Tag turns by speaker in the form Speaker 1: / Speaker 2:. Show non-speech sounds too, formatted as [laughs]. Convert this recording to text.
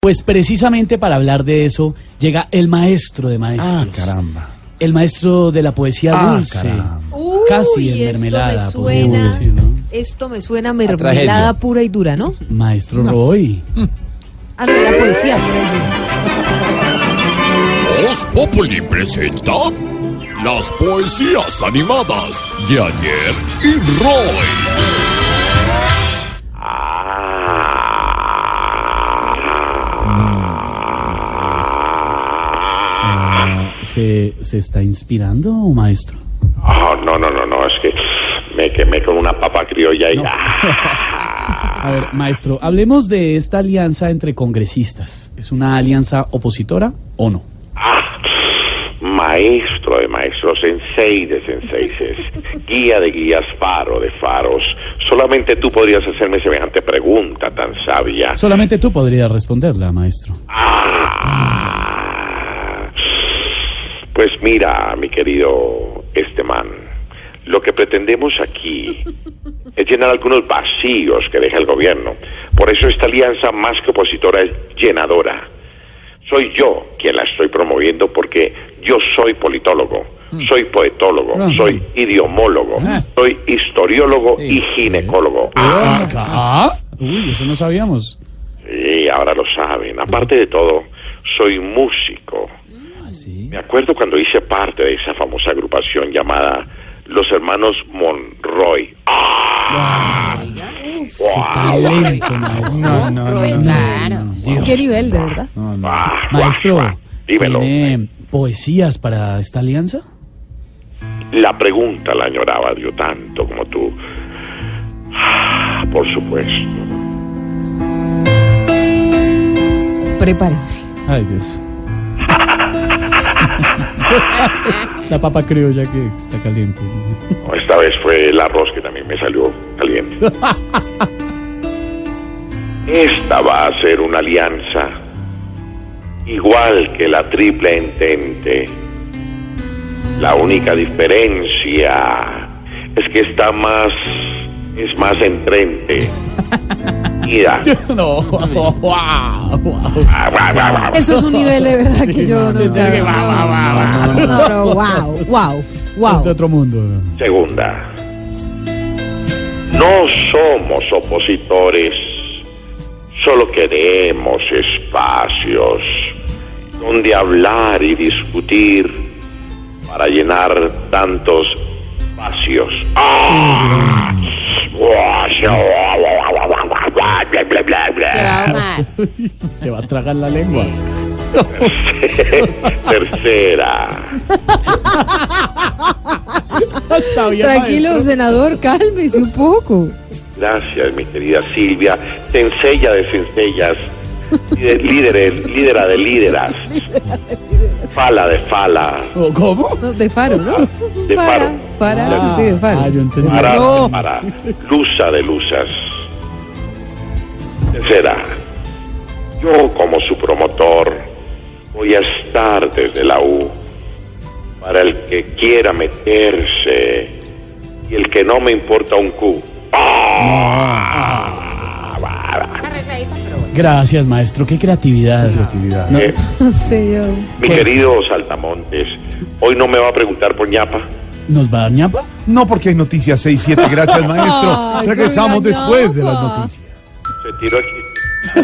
Speaker 1: Pues precisamente para hablar de eso llega el maestro de maestros.
Speaker 2: Ah, caramba.
Speaker 1: El maestro de la poesía
Speaker 2: Ah,
Speaker 1: dulce.
Speaker 2: caramba.
Speaker 3: Uy,
Speaker 1: Casi en
Speaker 3: esto
Speaker 1: mermelada,
Speaker 3: me
Speaker 1: podríamos
Speaker 3: suena,
Speaker 1: decir, ¿no?
Speaker 3: esto me suena a mermelada pura y dura, ¿no?
Speaker 1: Maestro Roy.
Speaker 3: Ah, no, era poesía pura y dura.
Speaker 4: Os Populi presenta las poesías animadas de ayer y Roy.
Speaker 1: Ah, ¿se, ¿Se está inspirando, maestro?
Speaker 5: Ah, no, no, no, no, es que me quemé con una papa
Speaker 1: [laughs]
Speaker 5: criolla y... Ah,
Speaker 1: A ver, maestro, hablemos de esta alianza entre congresistas. ¿Es una alianza opositora o no?
Speaker 5: Ah, maestro de maestros, sensei de senseises, guía de guías, faro de faros. Solamente tú podrías hacerme semejante pregunta tan sabia.
Speaker 1: Solamente tú podrías responderla, maestro.
Speaker 5: Ah, pues mira, mi querido Esteman, lo que pretendemos aquí es llenar algunos vacíos que deja el gobierno. Por eso esta alianza más que opositora es llenadora. Soy yo quien la estoy promoviendo porque yo soy politólogo, soy poetólogo,
Speaker 1: Ajá.
Speaker 5: soy idiomólogo,
Speaker 1: Ah.
Speaker 5: soy historiólogo y ginecólogo.
Speaker 1: Ah, Uy, eso no sabíamos.
Speaker 5: Sí, ahora lo saben. Aparte de todo, soy músico. Me acuerdo cuando hice parte de esa famosa agrupación llamada Los Hermanos Monroy. Ah,
Speaker 1: Talento, maestro.
Speaker 2: No, no, no.
Speaker 1: Dios.
Speaker 3: Qué nivel, de verdad.
Speaker 5: Ah, guau,
Speaker 1: Maestro,
Speaker 5: dímelo.
Speaker 1: ¿tiene poesías para esta alianza?
Speaker 5: La pregunta la añoraba yo tanto como tú. Ah, Por supuesto.
Speaker 3: Prepárense.
Speaker 1: Ay, Dios. La papa criolla que está caliente. [laughs]
Speaker 5: No, Esta vez fue el arroz que también me salió caliente. Esta va a ser una alianza igual que la triple entente. La única diferencia es que está más es más entrente. Mira,
Speaker 1: No, wow, wow.
Speaker 5: ah, guau, guau, guau.
Speaker 3: Eso es un nivel de verdad que yo no.
Speaker 1: Sí, no, no,
Speaker 3: No,
Speaker 1: no, no,
Speaker 3: no, no, wow, wow,
Speaker 1: Es de
Speaker 3: wow.
Speaker 1: otro mundo.
Speaker 5: Segunda, no somos opositores, solo queremos espacios donde hablar y discutir para llenar tantos vacíos. ¡Ah!
Speaker 1: Se va a tragar la lengua.
Speaker 5: Tercera,
Speaker 1: Está bien,
Speaker 3: Tranquilo,
Speaker 1: maestro.
Speaker 3: senador, cálmese un poco.
Speaker 5: gracias mi querida Silvia, sencilla de sencellas, líder, líderes- lídera de líderas, fala de fala.
Speaker 1: ¿O ¿Cómo?
Speaker 3: No, de faro, ¿no?
Speaker 5: De
Speaker 3: para,
Speaker 5: faro.
Speaker 3: para,
Speaker 1: Ah,
Speaker 3: sí, de faro.
Speaker 1: ah, yo entendí.
Speaker 5: Para,
Speaker 3: No. [laughs]
Speaker 5: para, lusa de lusas. Tercera, yo como su promotor voy a estar desde la U para el que quiera meterse y el que no me importa un Q.
Speaker 1: Gracias, maestro. Qué creatividad.
Speaker 2: Creatividad.
Speaker 1: No,
Speaker 5: Eh,
Speaker 3: Señor.
Speaker 5: mi
Speaker 1: pues-
Speaker 5: querido Saltamontes, hoy no me va a preguntar por ñapa.
Speaker 1: ¿Nos va a dar ñapa?
Speaker 2: No, porque hay noticias 6, [laughs] 7. Gracias, maestro.
Speaker 3: Ay, qué
Speaker 2: Regresamos
Speaker 3: regañada.
Speaker 2: después de las noticias.
Speaker 5: Se tiró aquí.